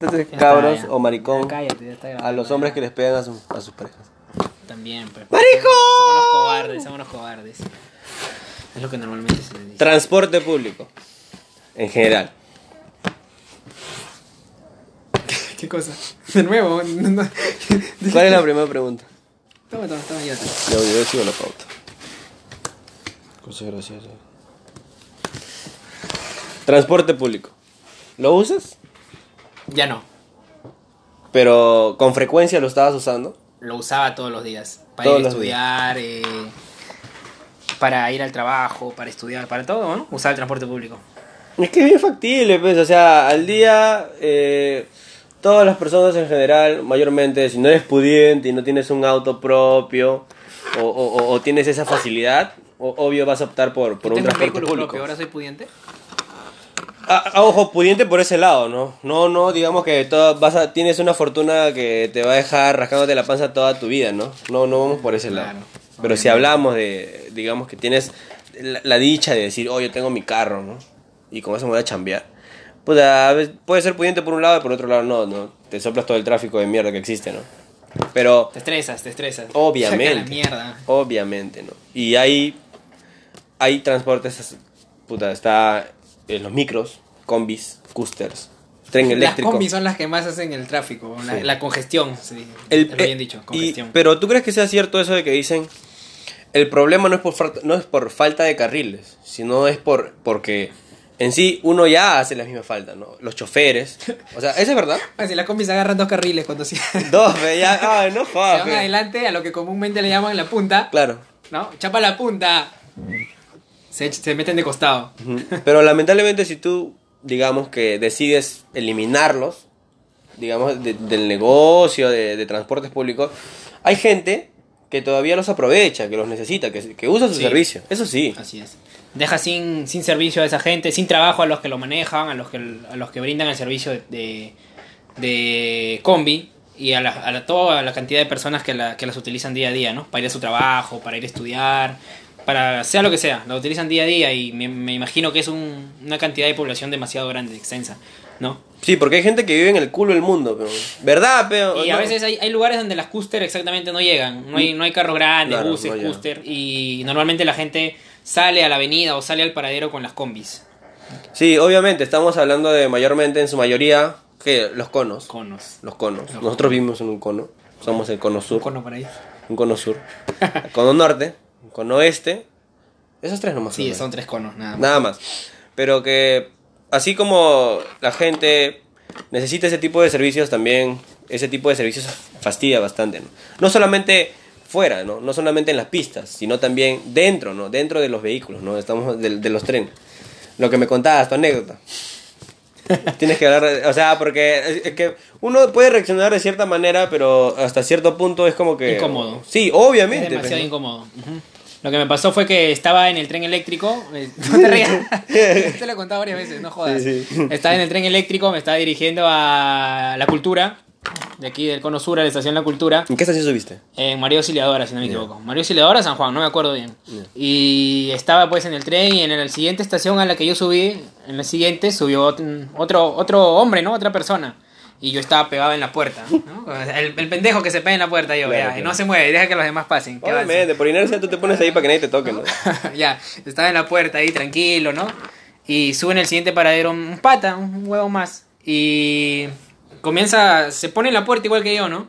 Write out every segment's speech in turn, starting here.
Entonces, Ya está, cabros ya. o maricón Ya cállate, ya está grabando. a los hombres que les pegan a, sus- a sus parejas. También, pero. ¡Marico! Son unos cobardes, son unos cobardes. Es lo que normalmente se les dice. Transporte público. En general. ¿Qué cosa? De nuevo. No, no. ¿Cuál es la primera pregunta? Toma, toma, toma, llévatelo. Yo, yo sigo la pauta. Cosas graciosas. Transporte público. ¿Lo usas? Ya no. Pero con frecuencia lo estabas usando. Lo usaba todos los días. Para Todos ir a los estudiar, eh, para ir al trabajo, para estudiar, para todo, ¿no? Usaba el transporte público. Es que es bien factible, pues, o sea, al día eh, todas las personas en general, mayormente, si no eres pudiente y no tienes un auto propio o, o- o- o tienes esa facilidad, o- obvio vas a optar por, por un Yo tengo un transporte vehículo público. propio, ahora soy pudiente. A- a- ojo, pudiente por ese lado, ¿no? No, no, digamos que todo, vas a, tienes una fortuna que te va a dejar rascándote la panza toda tu vida, ¿no? No, no vamos por ese lado. Claro, Pero si obviamente. hablamos de, digamos que tienes la, la dicha de decir, oh, yo tengo mi carro, ¿no? Y con eso me voy a chambear. Pues a veces puede ser pudiente por un lado y por otro lado no, ¿no? Te soplas todo el tráfico de mierda que existe, ¿no? Pero Te estresas, te estresas. Obviamente. Saca la mierda. Obviamente, ¿no? Y hay, hay transportes, es- puta, está en los micros, combis, coasters, tren eléctrico. Las combis son las que más hacen el tráfico, la, Sí. la congestión, sí, El- es lo bien eh, dicho, y- congestión. pero ¿tú crees que sea cierto eso de que dicen el problema no es por, falta- no es por falta de carriles, sino es por porque en sí uno ya hace la misma falta, ¿no? Los choferes, o sea, ¿eso es verdad? Ah, si las combis agarran dos carriles cuando se, se Dos, ve, ya, ay, no jodas, van ve. adelante a lo que comúnmente le llaman la punta, Claro. ¿no? Chapa la punta. Se, ech- se meten de costado. Ujú. Pero lamentablemente si tú, digamos que decides eliminarlos, digamos, de- del negocio, de, de transportes públicos, hay gente que todavía los aprovecha, que los necesita, que, que usa su Sí. servicio. Eso sí. Así es. Deja sin, sin servicio a esa gente, sin trabajo a los que lo manejan, a los que, a los que brindan el servicio de, de combi y a, la, a la- toda la cantidad de personas que, la- que las utilizan día a día, ¿no? Para ir a su trabajo, para ir a estudiar, para sea lo que sea, la utilizan día a día y me, me imagino que es un- una cantidad de población demasiado grande, extensa, ¿no? Sí, porque hay gente que vive en el culo del mundo, pero- ¿verdad? Pero, Y a no? veces hay, hay lugares donde las cúster exactamente no llegan. No hay, no hay carros grandes, Claro, buses, no llegan. cúster. Y normalmente la gente sale a la avenida o sale al paradero con las combis. Sí, obviamente, estamos hablando de mayormente, en su mayoría, que los conos. Conos. Los conos. Nosotros vivimos en un cono. Somos el cono sur. Un cono para ahí. Un cono sur. cono norte, cono oeste. Esos tres nomás. Sí, nomás. son tres conos, nada más. Nada más. Pero que así como la gente necesita ese tipo de servicios también, ese tipo de servicios fastidia bastante, ¿no? No solamente fuera, ¿no? No solamente en las pistas, sino también dentro, ¿no? Dentro de los vehículos, ¿no? Estamos de, de los trenes. Lo que me contabas, tu anécdota. Tienes que hablar, de- o sea, porque es- es que uno puede reaccionar de cierta manera, pero hasta cierto punto es como que... Incómodo. Sí, obviamente. Es demasiado pues, ¿no? incómodo. Ujú. Lo que me pasó fue que estaba en el tren eléctrico. eh, No te rías. Te lo he contado varias veces, no jodas. Sí, sí. Estaba en el tren eléctrico, me estaba dirigiendo a La Cultura. De aquí del cono sur a la estación La Cultura. ¿En qué estación subiste? En María Auxiliadora, si no me equivoco. María Auxiliadora, San Juan, no me acuerdo bien. Y estaba pues en el tren y en la siguiente estación a la que yo subí, en la siguiente subió ot- otro, otro hombre, ¿no? Otra persona. Y yo estaba pegado en la puerta, ¿no? El, el pendejo que se pega en la puerta, yo, Claro, ya, y claro. no se mueve, deja que los demás pasen. que avancen. Obviamente, por inercia tú te pones ahí para que nadie te toque, ¿no? ya, estaba en la puerta ahí tranquilo, ¿no? Y sube en el siguiente paradero un pata, un huevo más. Y comienza, se pone en la puerta igual que yo, ¿no?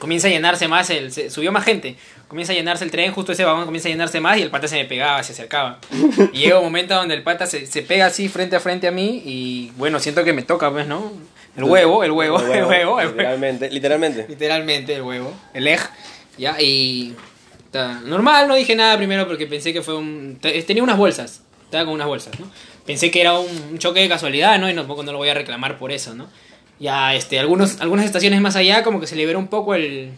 Comienza a llenarse más, el, se- subió más gente. Comienza a llenarse el tren, justo ese vagón comienza a llenarse más y el pata se me pegaba, se acercaba. Y llega un momento donde el pata se, se pega así frente a frente a mí y bueno, siento que me toca, pues, ¿no? El huevo, el huevo, el huevo, el huevo. Literalmente, literalmente. Literalmente el huevo, el egg. Ya, y. ta, normal, no dije nada primero porque pensé que fue un. te- Tenía unas bolsas, estaba con unas bolsas, ¿no? Pensé que era un un choque de casualidad, ¿no? Y tampoco no lo voy a reclamar por eso, ¿no? Ya, este, algunos, algunas estaciones más allá, como que se liberó un poco el.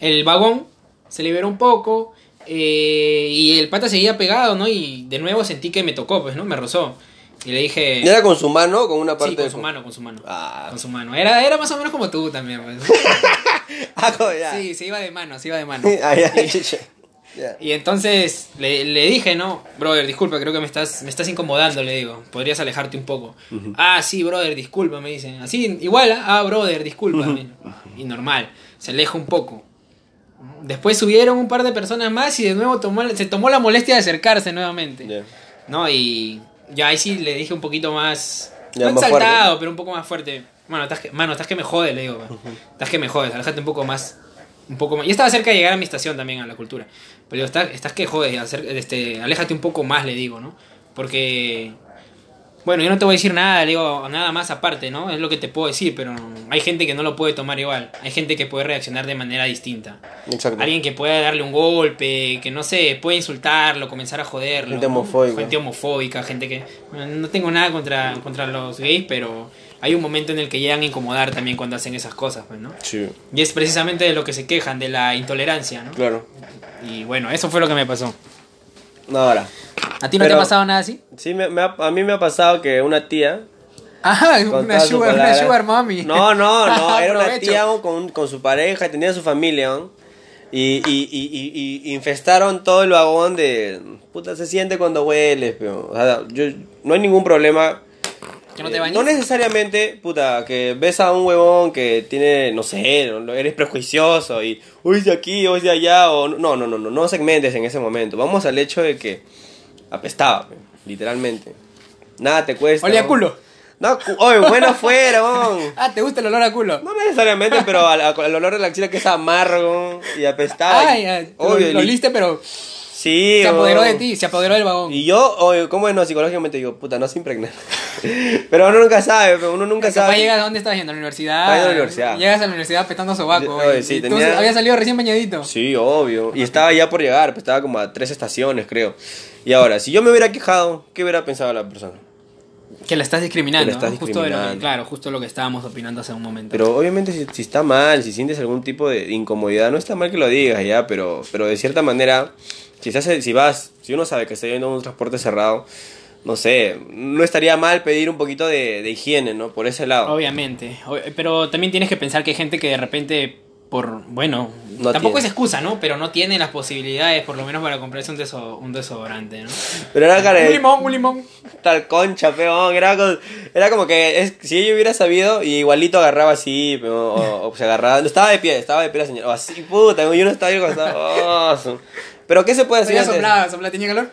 El vagón, se liberó un poco. eh, y el pata seguía pegado, ¿no? Y de nuevo sentí que me tocó, pues, ¿no? Me rozó. Y le dije. ¿Y era con su mano o con una parte Sí, con de su mano, con su mano. Ah. Con su mano. Era, era más o menos como tú también. pues. Ah, como ya. Sí, se iba de mano, se iba de mano. Ah, ya, chucha. Ya. Y entonces le, le dije, ¿no? Brother, disculpa, creo que me estás, me estás incomodando, le digo. Podrías alejarte un poco. Ah, sí, brother, disculpa, me dicen. Así, igual, ah, brother, disculpa. Y normal, se aleja un poco. Después subieron un par de personas más y de nuevo tomó, se tomó la molestia de acercarse nuevamente. Ya. ¿No? Y ya ahí sí le dije un poquito más. Ya, no más exaltado, fuerte. pero un poco más fuerte. Mano, estás que, mano, estás que me jodes, le digo. man. Estás que me jodes, aléjate un poco más. Un poco más. Y estaba cerca de llegar a mi estación también, a la cultura. Pero digo, estás, estás que jodes, acer- este, aléjate un poco más, le digo, ¿no? Porque. Bueno, yo no te voy a decir nada, le digo, nada más aparte, ¿no? Es lo que te puedo decir, pero hay gente que no lo puede tomar igual. Hay gente que puede reaccionar de manera distinta. Exacto. Alguien que pueda darle un golpe, que no sé, puede insultarlo, comenzar a joderlo. Gente ¿no? homofóbica. Gente homofóbica, gente que. bueno, No tengo nada contra, contra los gays, pero hay un momento en el que llegan a incomodar también cuando hacen esas cosas, pues, ¿no? Sí, Y es precisamente de lo que se quejan, de la intolerancia, ¿no? claro. Y bueno, eso fue lo que me pasó. Ahora, ¿A ti no te Pero- ha pasado nada así? sí, me- me ha- a mí me ha pasado que una tía Ajá, Contaba una su sugar, una palabra. sugar mommy. No, no, no. Era una Aprovecho. tía con, un- con su pareja, tenía su familia. ¿no? Y, y, y, y- y infestaron todo el vagón de. Puta, se siente cuando hueles, pero. O sea, yo, no hay ningún problema. Que no Eh, te bañes. No necesariamente, puta, que ves a un huevón que tiene, no sé, no- no- eres prejuicioso y uy es de aquí, o es de allá, o no, no, no, no, no segmentes en ese momento. Vamos al hecho de que apestaba, pe, literalmente. Nada te cuesta. Olía ¿no? culo. No, cu- oye, bueno fuera, weón. Ah, ¿te gusta el olor a culo? No necesariamente, pero al, al olor de la axila que es amargo y apestado. Ay, ay, lo- Obvio, Ah, lo li- oliste, pero Sí, se apoderó weón. de ti, se apoderó del vagón. Y yo, oye, ¿cómo es? No, psicológicamente digo, puta, no se impregnar. pero uno nunca sabe, pero uno nunca Capaz sabe. llegas a dónde estás yendo, a la universidad. Estaba yendo a la universidad. Llegas a la universidad petando sobaco. Oye, y- sí, y tú tenía- habías salido recién bañadito. Sí, obvio. Y estaba ya por llegar, pues, estaba como a tres estaciones, creo. Y ahora, si yo me hubiera quejado, ¿qué hubiera pensado la persona? Que la estás discriminando. Que la estás ¿no? Justo de lo que- discriminando. claro, justo lo que estábamos opinando hace un momento. Pero obviamente si, si está mal, si sientes algún tipo de incomodidad, no está mal que lo digas ya, pero, pero de cierta manera, si, se hace- si vas, si uno sabe que está yendo a un transporte cerrado, no sé, no estaría mal pedir un poquito de, de higiene, ¿no? Por ese lado. Obviamente. Ob- Pero también tienes que pensar que hay gente que de repente, por. Bueno, No tampoco tiene. es excusa, ¿no? Pero no tiene las posibilidades, por lo menos, para comprarse un, deso- un desodorante, ¿no? Pero era cara Un de limón, un limón. tal concha, peón, era, co- era como que es- si ella hubiera sabido, y igualito agarraba así, peón, o, o se agarraba, no, estaba de pie, estaba de pie la señora, o así, puta, yo no estaba ahí, como estaba, oh, su- Pero ¿qué se puede hacer? Ya antes? soplaba, soplaba, tenía calor.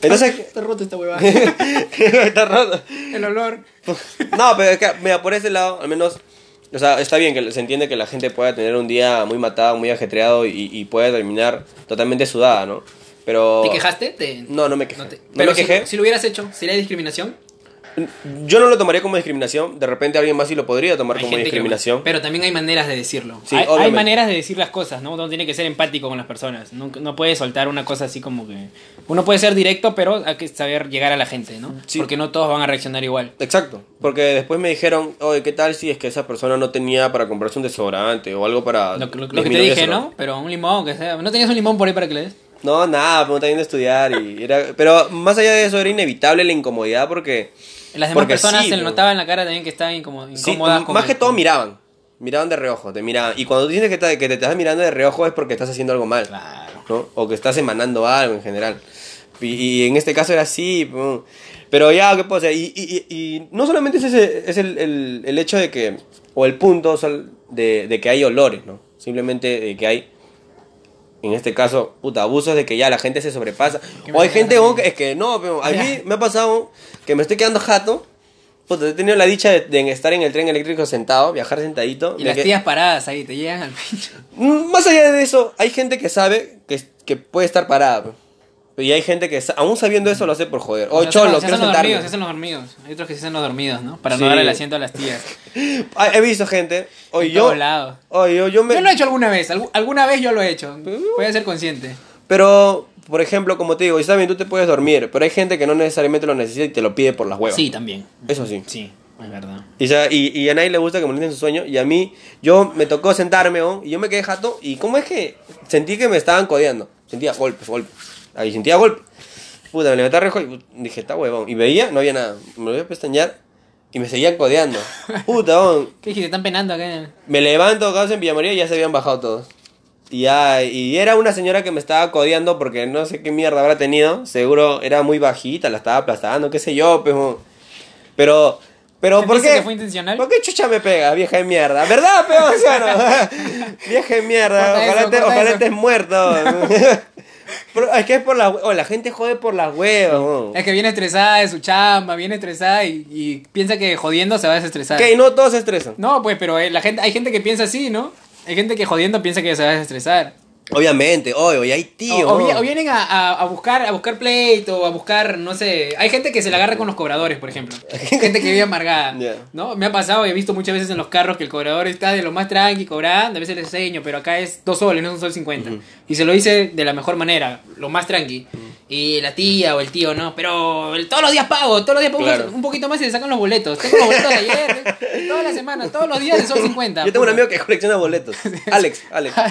Entonces, Está roto esta huevada. está roto. El olor. No, pero es que, mira, por ese lado, al menos, o sea, está bien que se entiende que la gente pueda tener un día muy matado, muy ajetreado y, y pueda terminar totalmente sudada, ¿no? Pero... ¿Te quejaste? Te- Oh. No, no me quejé. no te- No Pero me quejé. Si, si lo hubieras hecho, ¿sería discriminación? Yo no lo tomaría como discriminación, de repente alguien más sí lo podría tomar Hay como gente que- discriminación. pero también hay maneras de decirlo. Sí, hay, hay obviamente. maneras de decir las cosas, ¿no? Uno tiene que ser empático con las personas. No, no puede soltar una cosa así como que. Uno puede ser directo, pero hay que saber llegar a la gente, ¿no? Sí. Porque no todos van a reaccionar igual. Exacto, porque después me dijeron, oye, ¿qué tal si es que esa persona no tenía para comprarse un desodorante o algo para... Lo, lo- lo que te disminuir dije, eso, ¿no? Pero un limón, que sea. ¿No tenías un limón por ahí para que le des? No, nada, pero también de estudiar y era... Pero más allá de eso era inevitable la incomodidad porque... Las demás Porque personas sí, se le pero- notaba en la cara también que estaban incomo- Sí, incómodas. m- con más el- que todo miraban, miraban de reojo, te miraban. Y cuando tú dices que, te- que te estás mirando de reojo es porque estás haciendo algo mal. Claro. ¿no? O que estás emanando algo en general. Y, y en este caso era así. pum. Pero ya, ¿qué puedo hacer? Y, y- y- y no solamente es, ese- es el, el- el hecho de que, o el punto sol- de, de que hay olores, ¿no? Simplemente de que hay, en este caso, puta, abusos de que ya la gente se sobrepasa. ¿Qué me O hay pasa gente a mí? weón, que es que no, pero a mí Ya. me ha pasado que me estoy quedando jato. Puta, he tenido la dicha de, de estar en el tren eléctrico sentado, viajar sentadito. Y me las que- tías paradas ahí te llegan al pinche. Mm, Más allá de eso, hay gente que sabe que, que puede estar parada. pe. Y hay gente que, sa- aún sabiendo eso, lo hace por joder. O Se hacen cholo, los- se quiero hacen los sentarme. dormidos, se hacen los dormidos. Hay otros que se hacen los dormidos, ¿no? Para Sí. no darle el asiento a las tías. Ah, He visto gente. O En yo. todos lados. o yo, yo me. Yo lo he hecho alguna vez, algu- alguna vez yo lo he hecho. Uh. Voy a ser consciente. Pero, por ejemplo, como te digo, y saben, tú te puedes dormir. Pero hay gente que no necesariamente lo necesita y te lo pide por las huevas. Sí, también. Eso sí. Sí, es verdad. Y, sa- y, y a nadie le gusta que molesten su sueño. Y a mí, yo me tocó sentarme, ¿no? y yo me quedé jato. ¿Y cómo es que sentí que me estaban codeando? Sentía golpes, golpes. Ahí sentía golpes. Puta, me levanté rejo y put- dije, está huevón. Y veía, no había nada. Me voy a pestañear y me seguían codeando. Puta, huevón. ¿Qué dijiste? Están penando acá. en el- Me levanto, caos en Villa María y ya se habían bajado todos. Y, ya, y era una señora que me estaba codeando porque no sé qué mierda habrá tenido. Seguro era muy bajita, la estaba aplastando, qué sé yo, pero. Pero. Pero, ¿por ¿Sentiste qué? que fue intencional? ¿Por qué chucha me pega, vieja de mierda? ¿Verdad, peón? ¿Sí o no? vieja de mierda, Corta ojalá, eso, te, corta ojalá eso. estés muerto. Pero es que es por las hue- oh, la gente jode por las huevas. ¿no? Es que viene estresada de su chamba, viene estresada y, y piensa que jodiendo se va a desestresar. Que no todos se estresan. No, pues, pero eh, la gente, hay gente que piensa así, ¿no? Hay gente que jodiendo piensa que se va a desestresar. Obviamente, obvio, y hay tío. O, o vi- o vienen a, a- a buscar a buscar pleito, a buscar, no sé. Hay gente que se la agarra con los cobradores, por ejemplo. gente que vive amargada. Ya. ¿No? Me ha pasado y he visto muchas veces en los carros que el cobrador está de lo más tranqui cobrando. A veces le enseño, pero acá es dos soles, no es un sol cincuenta. Y se lo hice de la mejor manera, lo más tranqui. Y la tía o el tío, ¿no? Pero el- todos los días pago, todos los días pago un- Claro. un poquito más y le sacan los boletos. Tengo los boletos de ayer, ¿eh? todas las semanas, todos los días de sol 50. Yo tengo un Puta. amigo que colecciona boletos. Alex, Alex.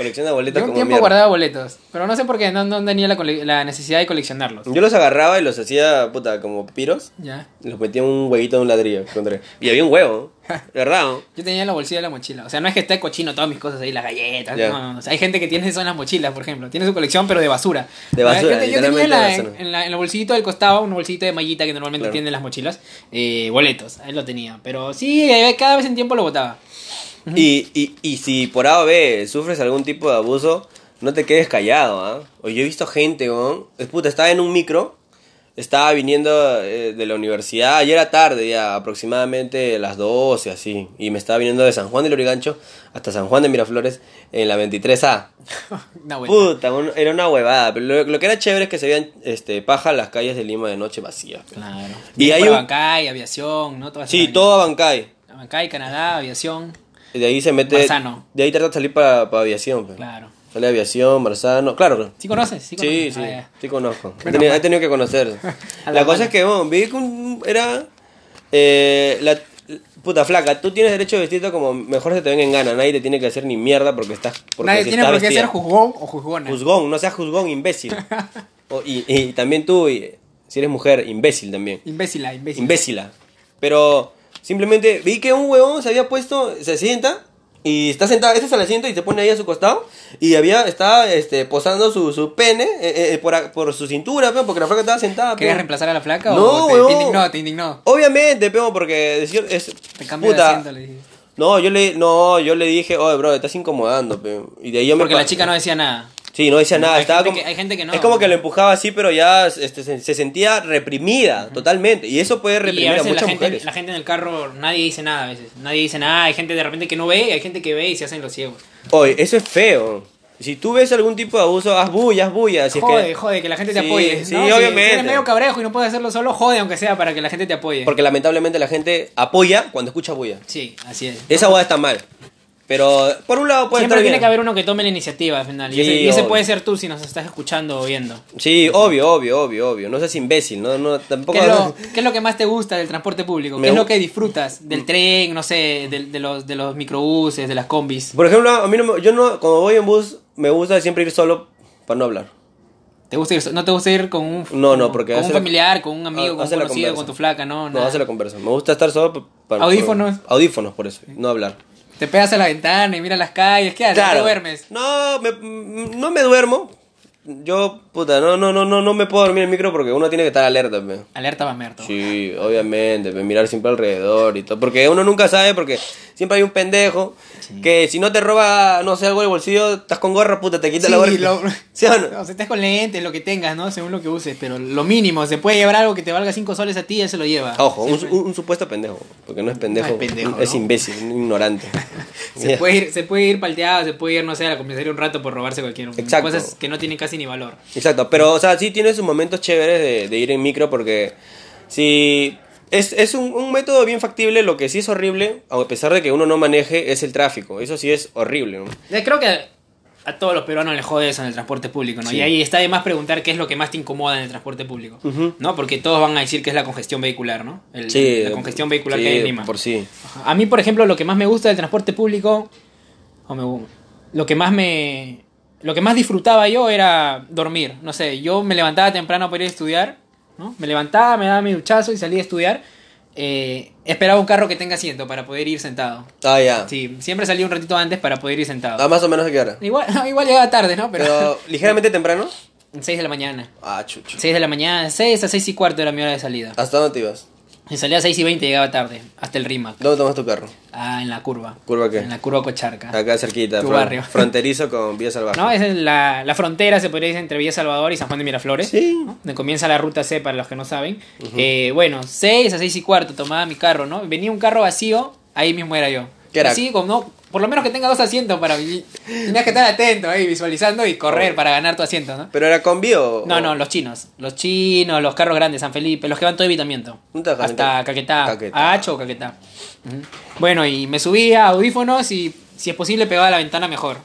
colecciona boletos Yo un como tiempo mierda. guardaba boletos, pero no sé por qué no, no tenía la, cole- la necesidad de coleccionarlos. Yo los agarraba y los hacía, puta, como piros. Ya. Los metía en un huevito de un ladrillo. encontré. Y había un huevo, ¿no? De ¿verdad? ¿no? Yo tenía en la bolsilla de la mochila. O sea, no es que esté cochino todas mis cosas ahí, las galletas. Ya. No, no, no. O sea, hay gente que tiene eso en las mochilas, por ejemplo. Tiene su colección, pero de basura. De O sea, basura, yo te- Yo, tenía en, literalmente de la, en, basura. en la- en el bolsillito del costado, un bolsillito de mallita que normalmente Claro. tienen las mochilas, eh, boletos. Ahí lo tenía. Pero sí, eh, cada vez en tiempo lo botaba. Y, y, y si por A o B sufres algún tipo de abuso, no te quedes callado, ¿ah? O yo he visto gente, weón. Es puta, estaba en un micro, estaba viniendo eh, de la universidad, ayer era tarde ya, aproximadamente las 12, así. Y me estaba viniendo de San Juan del Origancho hasta San Juan de Miraflores en la 23A. Una vuelta. Puta, un- era una huevada. Pero lo, lo que era chévere es que se veían este, paja las calles de Lima de noche vacías. pe. Claro. Y Y hay hay un- Bancay, aviación, ¿no? Todas esas Sí, vainas. todo Abancay. Bancay, Canadá, aviación. De ahí se mete. Marzano. De ahí trata de salir para aviación. pe. Claro. Sale aviación, Marzano. Claro, claro. ¿Sí conoces? Sí, Sí, conoces? sí, Ah, ya. pues. sí conozco. He tenido, he tenido que conocer. A La la cosa mala. es que, bueno, vi que un- era... eh, la, puta flaca, tú tienes derecho a vestirte como mejor se te venga en gana. Nadie te tiene que hacer ni mierda porque estás... Porque Nadie si tiene estás por qué vestida. ser juzgón o juzgona. Juzgón, no seas juzgón, imbécil. O- y, y también tú, y- si eres mujer, imbécil también. Imbécila, imbécil. Imbécila. Pero simplemente vi que un huevón se había puesto, se sienta y está sentado, este es el asiento y se pone ahí a su costado y había, estaba este, posando su, su pene eh, eh, por, a- por su cintura, pe, porque la flaca estaba sentada. pe. ¿Querías reemplazar a la flaca No, o te, te huevón. indignó? Te indignó. Obviamente, peo, porque decir es... Te cambió de puta. asiento, le dijiste. No, yo le, no, yo le dije, oye, bro, estás incomodando, pe. Y de ahí yo me Porque la pa- chica no decía nada. Sí, no decía No, nada. hay estaba gente como- que- hay gente que no. Es como que lo empujaba así, pero ya este, se, se sentía reprimida totalmente. Y eso puede Y reprimir a a, veces la muchas gente, mujeres. la gente en el carro, nadie dice nada a veces. Nadie dice nada. Hay gente de repente que no ve y hay gente que ve y se hacen los ciegos. Oye, eso es feo. Si tú ves algún tipo de abuso, haz bulla, haz bulla. Si es jode, que- jode, que la gente te Sí, apoye. ¿no? sí, Si- Si obviamente. eres medio cabrejo y no puedes hacerlo solo, jode aunque sea para que la gente te apoye. Porque lamentablemente la gente apoya cuando escucha bulla. Sí, así es. Esa hueá está mal. Pero por un lado puede Siempre estar tiene bien. que haber uno que tome la iniciativa al final. Sí, y ese, y ese obvio. puede ser tú si nos estás escuchando o viendo. Sí, obvio, obvio, obvio, obvio. No seas imbécil, no, no, tampoco. ¿Qué es, lo, qué es lo que más te gusta del transporte público? ¿Qué Me es gu- lo que disfrutas del tren, no sé, del- de, los, de los microbuses, de las combis? Por ejemplo, a mí no me- yo no, cuando voy en bus, me gusta siempre ir solo para no hablar. ¿Te gusta ir, so- ¿No te gusta ir con un, No, no, porque con un hace la- familiar, con un amigo, con un hace la conocido, conversa. con tu flaca? No, No, nada. hace la conversa. Me gusta estar solo pa- para. Audífonos. por- audífonos, por eso. No hablar. Te pegas a la ventana y miras las calles, ¿qué haces? No te duermes. No, me, mm, no me duermo. Yo, puta, no, no, no, no, no me puedo dormir en el micro porque uno tiene que estar alerta, pe. Alerta mamerto. Sí, obviamente, pe, mirar siempre alrededor y todo. Porque uno nunca sabe, porque siempre hay un pendejo que si no te roba, no sé, algo del bolsillo, estás con gorra, puta, te quita la gorra. Sí, lo- ¿Sí o no? o sea, estás con lentes, lo que tengas, ¿no? Según lo que uses, pero lo mínimo, se puede llevar algo que te valga 5 soles a ti, él se lo lleva. Ojo, un, un- un supuesto pendejo, porque no es pendejo, No es pendejo, ¿no? imbécil, un ignorante. Se, Ya. puede ir, se puede ir palteado, se puede ir, no sé, a la comisaría un rato por robarse cualquier Exacto. cosas que no tienen casi ni valor. Exacto, pero o sea, sí tiene sus momentos chéveres de, de ir en micro porque sí es, es un, un método bien factible, lo que sí es horrible, a pesar de que uno no maneje, es el tráfico, eso sí es horrible. ¿no? Ya, Eh, Creo que a todos los peruanos les jode eso en el transporte público, ¿no? Sí. Y ahí está de más preguntar qué es lo que más te incomoda en el transporte público, Ujú. ¿no? Porque todos van a decir que es la congestión vehicular, ¿no? El- Sí, la congestión vehicular sí, que hay en Lima. Por sí. Ajá. A mí, por ejemplo, lo que más me gusta del transporte público, o me gu- lo que más me... Lo que más disfrutaba yo era dormir, no sé, yo me levantaba temprano para ir a estudiar, ¿no? Me levantaba, me daba mi duchazo y salía a estudiar. Eh, eh, esperaba un carro que tenga asiento para poder ir sentado. Ah, ya. Sí, siempre salía un ratito antes para poder ir sentado. Ah, más o menos a qué hora. Igual, no, igual llegaba tarde, ¿no? Pero... Pero ligeramente temprano. 6 de la mañana. Ah, chucho. 6 de la mañana, 6 a 6 y cuarto era mi hora de salida. ¿Hasta dónde te ibas? Y salía a 6 y 20 llegaba tarde, hasta el RIMAC. ¿Dónde tomas tu carro? Ah, en la curva. ¿Curva qué? En la curva Cocharca. Acá cerquita, Ah, Tu fron- barrio. fronterizo con Vía Salvaje. ¿No? Esa es la, la frontera, se podría decir, entre Villa Salvador y San Juan de Miraflores. Sí. ¿no? Donde comienza la ruta C, para los que no saben. Eh, bueno, 6 a 6 y cuarto tomaba mi carro, ¿no? Venía un carro vacío, ahí mismo era yo. ¿Qué era? Así, como, no, por lo menos que tenga dos asientos para... vi- Tenías que estar atento ahí, visualizando y Oh. correr para ganar tu asiento, ¿no? ¿Pero era combi o...? No, no, o- los chinos. Los chinos, los carros grandes, San Felipe, los que van todo evitamiento. Punta de Hasta Caquetá. Caquetá. Caquetá. Hacho o Caquetá. Ujú. Bueno, y me subía audífonos y si es posible pegaba a la ventana mejor.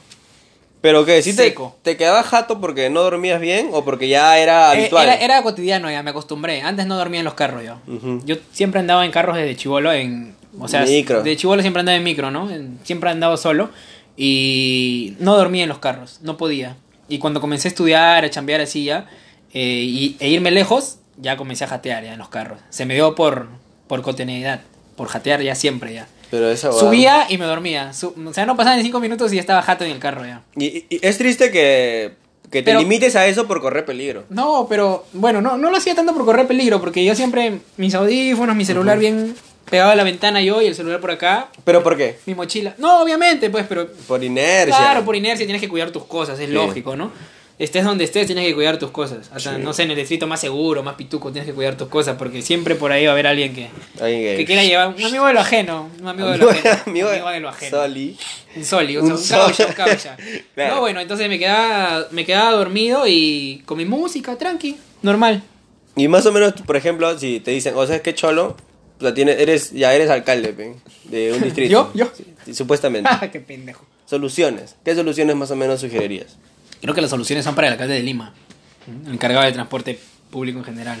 ¿Pero qué? ¿Sí te, Seco. te quedabas jato porque no dormías bien o porque ya era Eh, habitual? Era, era cotidiano ya, me acostumbré. Antes no dormía en los carros yo. Yo siempre andaba en carros desde chivolo, en... O sea, Micro. de chivolo siempre andaba en micro, ¿no? En- Siempre andaba solo y no dormía en los carros, no podía. Y cuando comencé a estudiar, a chambear así ya, eh, y, e irme lejos, ya comencé a jatear ya en los carros. Se me dio por, por cotidianidad, por jatear ya siempre ya. Pero esa huevada- Subía y me dormía. Su- o sea, no pasaban ni cinco minutos y ya estaba jato en el carro ya. Y, y- y es triste que, que te Pero- limites a eso por correr peligro. No, pero bueno, no, no lo hacía tanto por correr peligro, porque yo siempre mis audífonos, mi celular bien pegado a la ventana yo y el celular por acá, ¿Pero por qué? mi mochila. No, obviamente, pues, pero Por inercia. claro, por inercia tienes que cuidar tus cosas, es Sí. lógico, ¿no? Estés donde estés, tienes que cuidar tus cosas. O sea, no sé, en el distrito más seguro, más pituco, tienes que cuidar tus cosas, porque siempre por ahí va a haber alguien que, Alguien que- que quiera llevar un amigo de lo ajeno, un amigo de lo ajeno, un Amigo de- amigo de lo ajeno. Soli. Un soli, Un un, sea, un caucha, sol. un caucha. Claro. No, bueno, entonces me quedaba, me quedaba dormido y con mi música, tranqui, normal. Y más o menos, por ejemplo, si te dicen, o sea, es que cholo, o sea, tiene- eres, ya eres alcalde pe, de un distrito. ¿Yo? ¿Yo? Sí, Supuestamente. qué pendejo. soluciones. ¿Qué soluciones más o menos sugerirías? Creo que las soluciones son para el alcalde de Lima, el encargado de transporte público en general.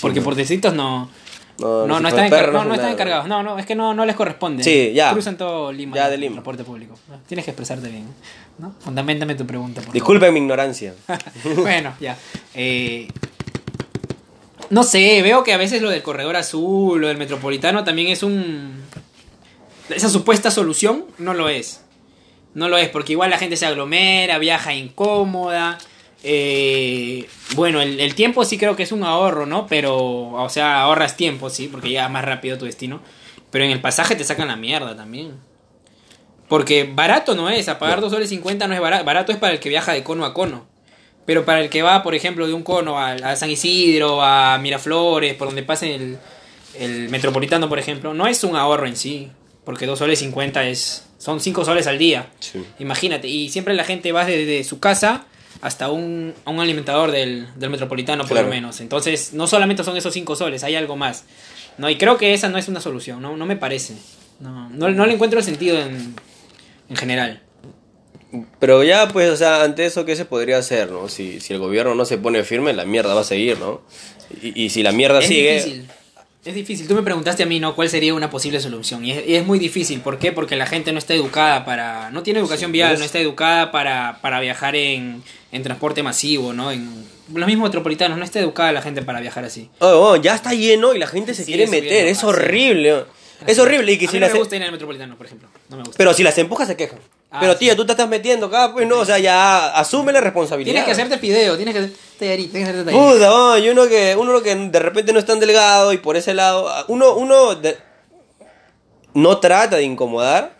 Porque por distritos no, no, no, si fuera están, perro, encar- no, no hacen están nada. encargados. No, no, es que no, no les corresponde. Sí, ya. Cruzan todo Lima. Ya de el Lima. Transporte público. Tienes que expresarte bien. ¿no? Fundamentame tu pregunta. por favor. Disculpen mi ignorancia. bueno, ya. Eh, no sé, veo que a veces lo del corredor azul, lo del metropolitano también es un... Esa supuesta solución no lo es. No lo es, porque igual la gente se aglomera, viaja incómoda. eh, bueno, el, el tiempo sí creo que es un ahorro, ¿no? Pero, o sea, ahorras tiempo, sí, porque llegas más rápido a tu destino. Pero en el pasaje te sacan la mierda también. Porque barato no es, a pagar 2 soles 50 no es barato. Barato es para el que viaja de cono a cono. Pero para el que va, por ejemplo, de un cono a, a San Isidro, a Miraflores, por donde pase el, el metropolitano, por ejemplo, no es un ahorro en sí. Porque 2 soles 50 es, son 5 soles al día. Sí. Imagínate. Y siempre la gente va desde su casa hasta un, a un alimentador del, del metropolitano, por Claro. lo menos. Entonces, no solamente son esos 5 soles, hay algo más. No, y creo que esa no es una solución, no, no me parece. No, no, no le encuentro el sentido en, en general. Pero ya, pues, o sea, ante eso, ¿qué se podría hacer, no? Si, si el gobierno no se pone firme, la mierda va a seguir, ¿no? Y, y si la mierda es sigue... difícil. Es difícil. Tú me preguntaste a mí, ¿no? ¿Cuál sería una posible solución? Y es, y es muy difícil. ¿Por qué? Porque la gente no está educada para... No tiene educación Sí, vial, es- no está educada para, para viajar en, en transporte masivo, ¿no? En los mismos metropolitanos, no está educada la gente para viajar así. Oh, oh, ya está lleno y la gente se Sigue quiere meter, subiendo, es así. horrible. oh. Es horrible y que a si mí no las... me gusta ir en el metropolitano, por ejemplo. No me gusta. Pero si las empujas se quejan. Ah, Pero sí. tía, tú te estás metiendo acá, pues no, o sea, ya asume la responsabilidad. Tienes que hacerte el video, tienes que hacer tallarito, tienes que hacerte tallarito. Puta, oh, y uno que, uno que de repente no es tan delgado y por ese lado, ah, uno, uno de- no trata de incomodar,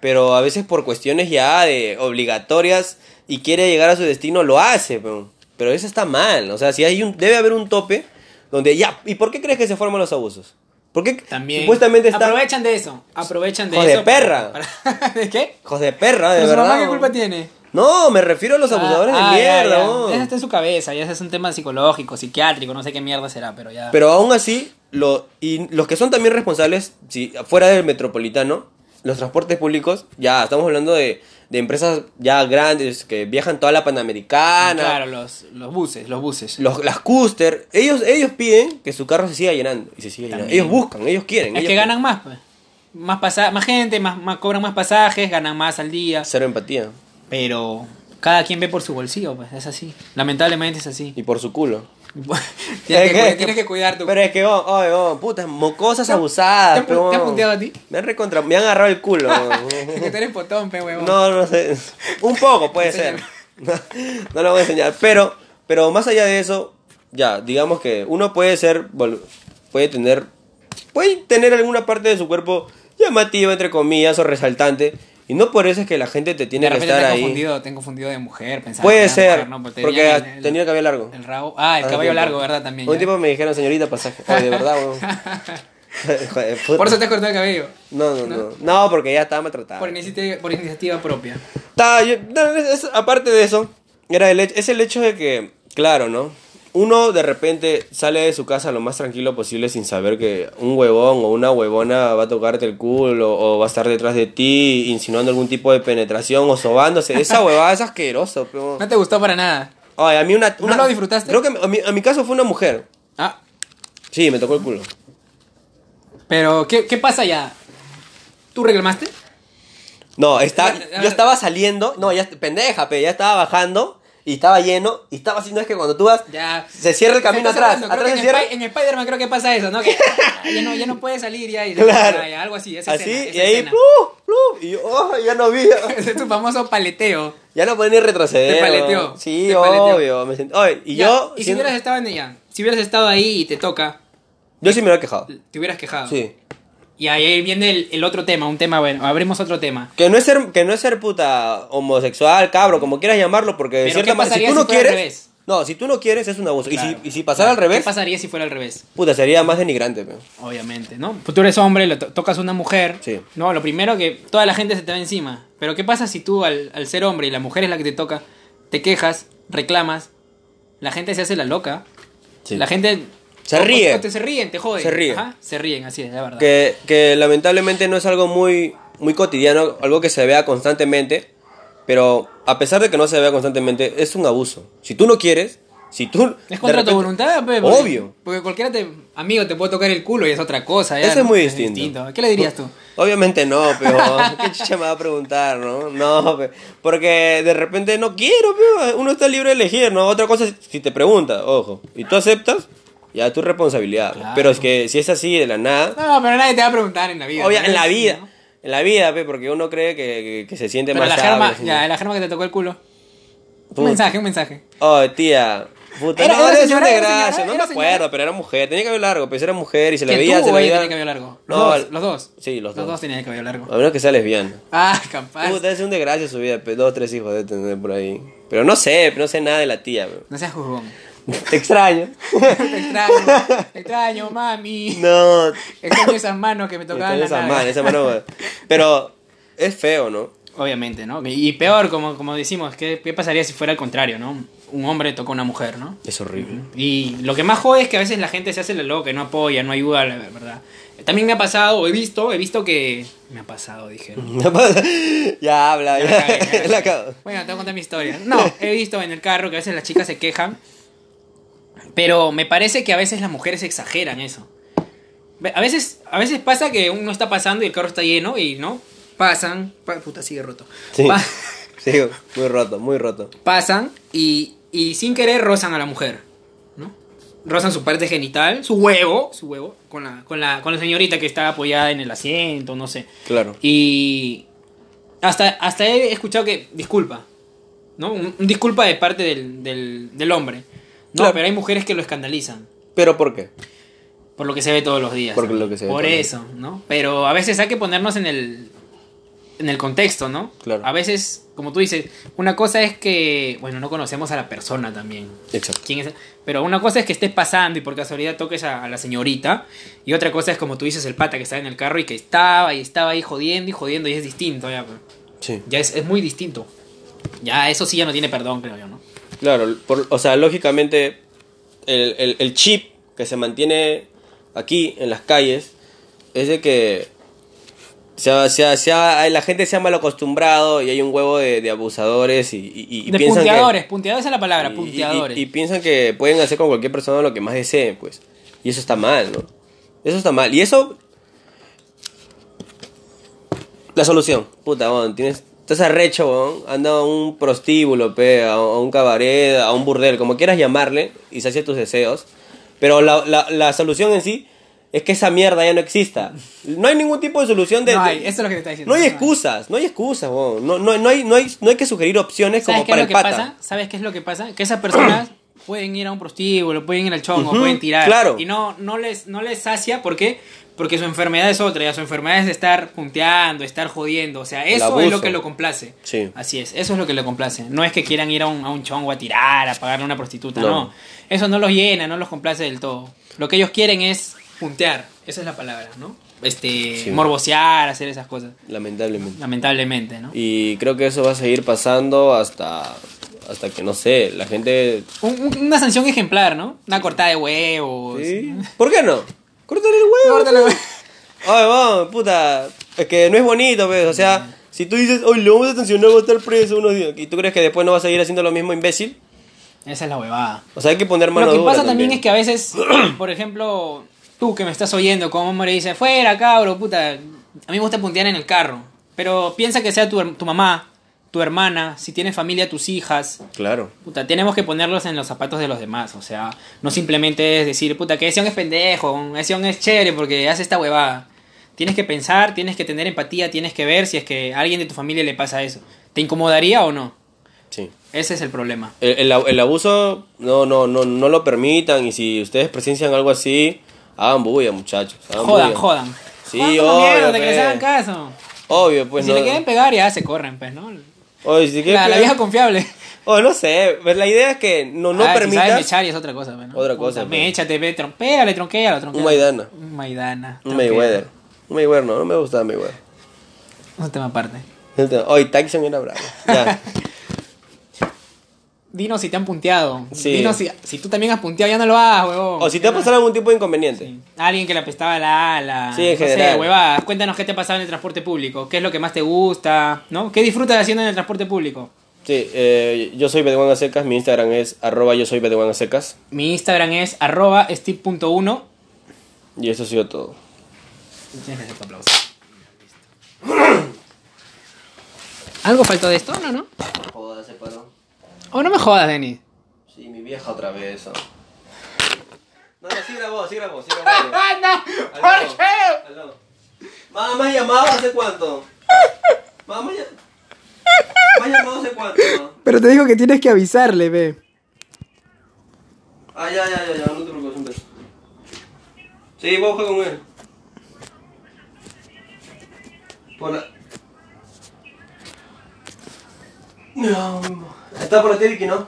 pero a veces por cuestiones ya de obligatorias y quiere llegar a su destino, lo hace, pero, pero eso está mal, o sea, si hay un, debe haber un tope donde ya, ¿y por qué crees que se forman los abusos? Porque También. supuestamente está... Aprovechan de eso. Aprovechan de Hijo de eso. perra. para- ¿De qué? Hijos de perra, de Pero su verdad. Pues, mamá, ¿qué oh. culpa tiene? No, me refiero a los abusadores Ah, de ah, ya, mierda, ya. oh. Ese está en su cabeza, ya ese es un tema psicológico, psiquiátrico, no sé qué mierda será, pero ya. Pero aún así, lo, y los que son también responsables, si fuera del metropolitano, los transportes públicos, ya estamos hablando de, de empresas ya grandes que viajan toda la Panamericana, Ah, claro, los, los buses, los buses. los, las Custer, ellos, ellos piden que su carro se siga llenando. Y se sigue llenando. También. Ellos buscan, ellos quieren. es ellos que quieren. ganan más, pues. Más, pasa más gente, más, más cobran más pasajes, ganan más al día. Cero empatía. Pero cada quien ve por su bolsillo, pues, es así. Lamentablemente es así. Y por su culo. tienes, Es que, es tienes que cuidar tu... Pero es que, oh, oh, oh, putas, mocosas ¿Te han- abusadas. te han pu- pero, te han oh. punteado a ti? Me han recontra, me han agarrado el culo. oh. que tú eres potón, pe huevón. No, no sé. Un poco puede ser. Enséñame. No, no lo voy a enseñar. Pero, pero más allá de eso, ya, digamos que uno puede ser, vol- puede tener, puede tener alguna parte de su cuerpo llamativa, entre comillas, o resaltante. Y no por eso es que la gente te tiene de que repente estar te han ahí. confundido, te han confundido de mujer, pensaba que Puede era ser, mujer, ¿no? Pero porque tenían ha el- tenido el cabello largo. El rabo. Ah, el Ah, cabello tiempo. largo, ¿verdad? También. Un ya. tiempo me dijeron, señorita, pasaje. Ay, de verdad, weón. Joder, de puta. Por eso te has cortado el cabello. No, no, no. No, porque ya estaba maltratada. Por iniciativa, por iniciativa propia. Ta, yo- no, es- aparte de eso, era el, hech- es el hecho de que, claro, ¿no? Uno de repente sale de su casa lo más tranquilo posible sin saber que un huevón o una huevona va a tocarte el culo o va a estar detrás de ti insinuando algún tipo de penetración o sobándose. Esa huevada es asqueroso. Pero... No te gustó para nada. Ay, a mí una, ¿No una- lo disfrutaste? Creo que a mi, a mi caso fue una mujer. Ah, Sí, me tocó el culo. pero ¿qué, qué pasa ya? ¿Tú reclamaste? No, está, Ya, ya. yo estaba saliendo, no, ya pendeja, pero ya estaba bajando y estaba lleno y estaba haciendo es que cuando tú vas Ya. se cierra el camino Estás atrás, hablando, creo atrás que se en, cierra. Spi- en Spider-Man creo que pasa eso, ¿no? Que ah, ya no, ya no puede salir ya. y- Claro. ya, ya, algo así, esa Así escena, esa y ahí escena. ¡pluf! ¡pluf! y yo, oh, ya no vi. Ese es tu famoso paleteo. Ya no podía ni retroceder. Te weón. paleteó, Sí, te paleteó. obvio, me sent- Oye, y Ya, yo Y si siendo- hubieras estado en ella, si hubieras estado ahí y te toca, yo sí me hubiera quejado. te hubieras quejado. Sí. Y ahí ahí viene el, el otro tema, un tema bueno. Abrimos otro tema. Que no es ser que no es ser puta homosexual, cabro, como quieras llamarlo, porque de Pero, cierta ¿qué manera si pasaría tú si no fuera al quieres revés? No, si tú no quieres es un abuso. Claro. Y si y si pasara al ¿Qué revés, pasaría si fuera al revés? puta, sería más denigrante, weón. Obviamente, ¿no? Pues tú eres hombre, le to- tocas a una mujer. Sí. No, lo primero que toda la gente se te va encima. Pero ¿qué pasa si tú al, al ser hombre y la mujer es la que te toca, te quejas, reclamas? La gente se hace la loca. Sí. La gente... Se o- o- ríe. o te se ríen, te joden. Se ríen. Ajá, se ríen, así es, la verdad. que, que lamentablemente no es algo muy, muy cotidiano, algo que se vea constantemente, pero a pesar de que no se vea constantemente, es un abuso. Si tú no quieres, si tú... de Es contra repente- tu voluntad, pe, porque- Obvio. Porque cualquiera te... Amigo, te puede tocar el culo y es otra cosa. ya, Eso ¿no? es muy distinto. ¿Qué le dirías tú? Obviamente no, pero qué chicha me va a preguntar, ¿no? No, pe- porque de repente no quiero, pero uno está libre de elegir, ¿no? Otra cosa es si te pregunta, ojo, y tú aceptas, ya es tu responsabilidad. Claro. Pero es que si es así de la nada, No, pero nadie te va a preguntar en la vida. obvia- ¿no? en la Sí, vida, ¿no? en la vida, pe, porque uno cree que, que- que se siente Pero más la germa, sabio, ya, la germa que te tocó el culo. Puta. Un mensaje, un mensaje. Oh, tía. Puta, Era- no, era eres señora, una era desgracia. señora, No me era acuerdo, señora. pero era mujer. Tenía cabello largo, pero era mujer y se le Que veía. tú se o le ella veía... tenía cabello largo. Los No, dos, los dos. Sí, los, Los dos. dos tenían el cabello largo. A menos que sea lesbiana. Ah, capaz. Puta, es un desgracia su vida, pero dos, tres hijos de tener por ahí. Pero no sé, no sé nada de la tía. pero- No seas juzgón. Te extraño. Te extraño, te extraño, mami. no. Extraño esas manos que me te tocaban extraño la Esa nalga. mano, esa mano. Pero es feo, ¿no? Obviamente, ¿no? Y peor, como, como decimos, ¿qué, ¿qué pasaría si fuera al contrario, no? Un hombre tocó a una mujer, ¿no? Es horrible. Y lo que más jode es que a veces la gente se hace la loca, y no apoya, no ayuda, la verdad. También me ha pasado, o he visto, he visto que... Me ha pasado, dijeron. ya habla, Ya la ya. cagué, ya la La cagué. cago. Bueno, te voy a contar mi historia. No, he visto en el carro que a veces las chicas se quejan. Pero me parece que a veces las mujeres exageran eso. Ve- A veces, a veces pasa que uno está pasando y el carro está lleno y no. Pasan. pa- puta, sigue roto. Sí. Pa- Sí, muy roto, muy roto. pasan y, y sin querer rozan a la mujer. ¿no? Rozan su parte genital, su huevo, su huevo, con la, con la, con la señorita que está apoyada en el asiento, no sé. Claro. Y hasta, hasta he escuchado que disculpa, ¿no? Un, un disculpa de parte del, del, del hombre. No, Claro. pero hay mujeres que lo escandalizan. ¿Pero por qué? Por lo que se ve todos los días. Por ¿no? lo que se ve Por todos los eso, ¿no? Pero a veces hay que ponernos en el, en el contexto, ¿no? Claro. A veces, como tú dices, una cosa es que, bueno, no conocemos a la persona también. Exacto. ¿Quién es? Pero una cosa es que estés pasando y por casualidad toques a, a la señorita. Y otra cosa es como tú dices el pata que estaba en el carro y que estaba y estaba ahí jodiendo y jodiendo y es distinto. Ya, pues. Sí. Ya es, es muy distinto. Ya, eso sí ya no tiene perdón, creo yo, ¿no? Claro, por- o sea, lógicamente el, el- el chip que se mantiene aquí en las calles es de que se ha- se ha- se ha- la gente se ha mal acostumbrado y hay un huevo de, de abusadores y, y- y- y de piensan punteadores, que... punteadores es la palabra, y- y- punteadores. Y, y piensan que pueden hacer con cualquier persona lo que más deseen, pues. Y eso está mal, ¿no? Eso está mal. Y eso... La solución. Puta, weón, tienes... Estás arrecho, weón. Anda a un prostíbulo, pe, a, a un cabaret, a un burdel, como quieras llamarle, y sacia tus deseos. Pero la, la, la solución en sí es que esa mierda ya no exista. No hay ningún tipo de solución de. No hay, de- eso es lo que te está diciendo. no hay excusas, no hay excusas, weón. No, no, no, hay, no, hay, no hay que sugerir opciones ¿Sabes como qué es para lo el que pata. pasa? ¿Sabes qué es lo que pasa? Que esas personas pueden ir a un prostíbulo, pueden ir al chongo, Ujú, pueden tirar. claro. Y no, no, les, no les sacia, ¿por qué? Porque su enfermedad es otra, ya su enfermedad es estar punteando, estar jodiendo. O sea, eso es abuso. lo que lo complace. Sí. Así es, eso es lo que lo complace. No es que quieran ir a un, a un chongo a tirar, a pagarle a una prostituta, no. No. Eso no los llena, no los complace del todo. Lo que ellos quieren es puntear, esa es la palabra, ¿no? Este, Sí. morbosear, hacer esas cosas, Lamentablemente. lamentablemente, ¿no? Y creo que eso va a seguir pasando hasta, hasta que, no sé, la gente... Un- un- una sanción ejemplar, ¿no? Una cortada de huevos. ¿Sí? ¿Por qué no? Córtale el huevo. Ay, vamos, puta. Es que no es bonito, pues. O Mm. sea, si tú dices, hoy lo vamos a sancionar, va a estar preso unos días. ¿Y tú crees que después no va a seguir haciendo lo mismo, imbécil? Esa es la huevada. O sea, hay que poner mano Lo que dura pasa también, es que a veces, por ejemplo, tú que me estás oyendo, como me dice, fuera, cabro, puta. A mí me gusta puntear en el carro. Pero piensa que sea tu, her- tu mamá, tu hermana, si tienes familia, tus hijas. Claro. Puta, tenemos que ponerlos en los zapatos de los demás. O sea, no simplemente es decir, puta, que ese hombre es pendejo, ese hombre es chévere porque hace esta huevada. Tienes que pensar, tienes que tener empatía, tienes que ver si es que a alguien de tu familia le pasa eso. ¿Te incomodaría o no? Sí. Ese es el problema. El, el ab- el abuso, no, no, no, no lo permitan. Y si ustedes presencian algo así, hagan bulla, muchachos. hagan Jodan, bulla. jodan. Ah, Sí, Jodan con la obvio, mierda, que les pe. hagan caso. Obvio, pues si no. le quieren pegar, ya se corren, pues, ¿no? Oye, si quieres La, la pegar- vieja confiable. Oh, no sé, pues la idea es que no, no Ah, Si sabes permitas mechar y es otra cosa, pues, ¿no? Otra cosa, Puta, pues. Méchate, ve, trompéale, tronquéalo, un tronquéalo. Maidana, Un Maidana. un tronquéalo. Mayweather. Un Mayweather no, no me gustaba Mayweather. Un tema aparte. Hoy Este, Tyson era bravo. Ya. Dinos si te han punteado. Sí. Dinos si, si tú también has punteado, ya no lo hagas, huevón. O si te ha pasado algún tipo de inconveniente. Alguien que le apestaba la ala. Sí, en no sé, general. huevadas. Cuéntanos qué te ha pasado en el transporte público. ¿Qué es lo que más te gusta? ¿No? ¿Qué disfrutas haciendo en el transporte público? Sí, eh, yo soy Bedeguan Acecas, mi Instagram es arroba yo soy Bedeguan Acecas. Mi Instagram es arroba steve.1. Y eso ha sido todo. Tienes que hacer tu aplauso. ¿Algo faltó de esto? No, no. Joda, se paró. O no me jodas, Denis. Sí, mi vieja otra vez. oh. No, no, sí grabó, sí grabó, sí grabó. ¡Anda! Aló, aló. Mamá, ¿me has llamado hace cuánto? Mamá, ¿me has llamado hace cuánto? ma? Pero te digo que tienes que avisarle, ve. Ah, ya, ya, ya, ya, no te preocupes, un beso. Sí, voy a jugar con él. Por la... No, no. Está por la tele, Vicky, ¿no?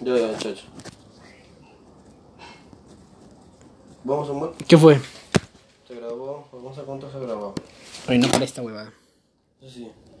Yo, yo, muchacho. Vamos a un buen. ¿Qué fue? Se grabó, vamos a cuánto se grabó. Ay, no para esta huevada. Eso sí.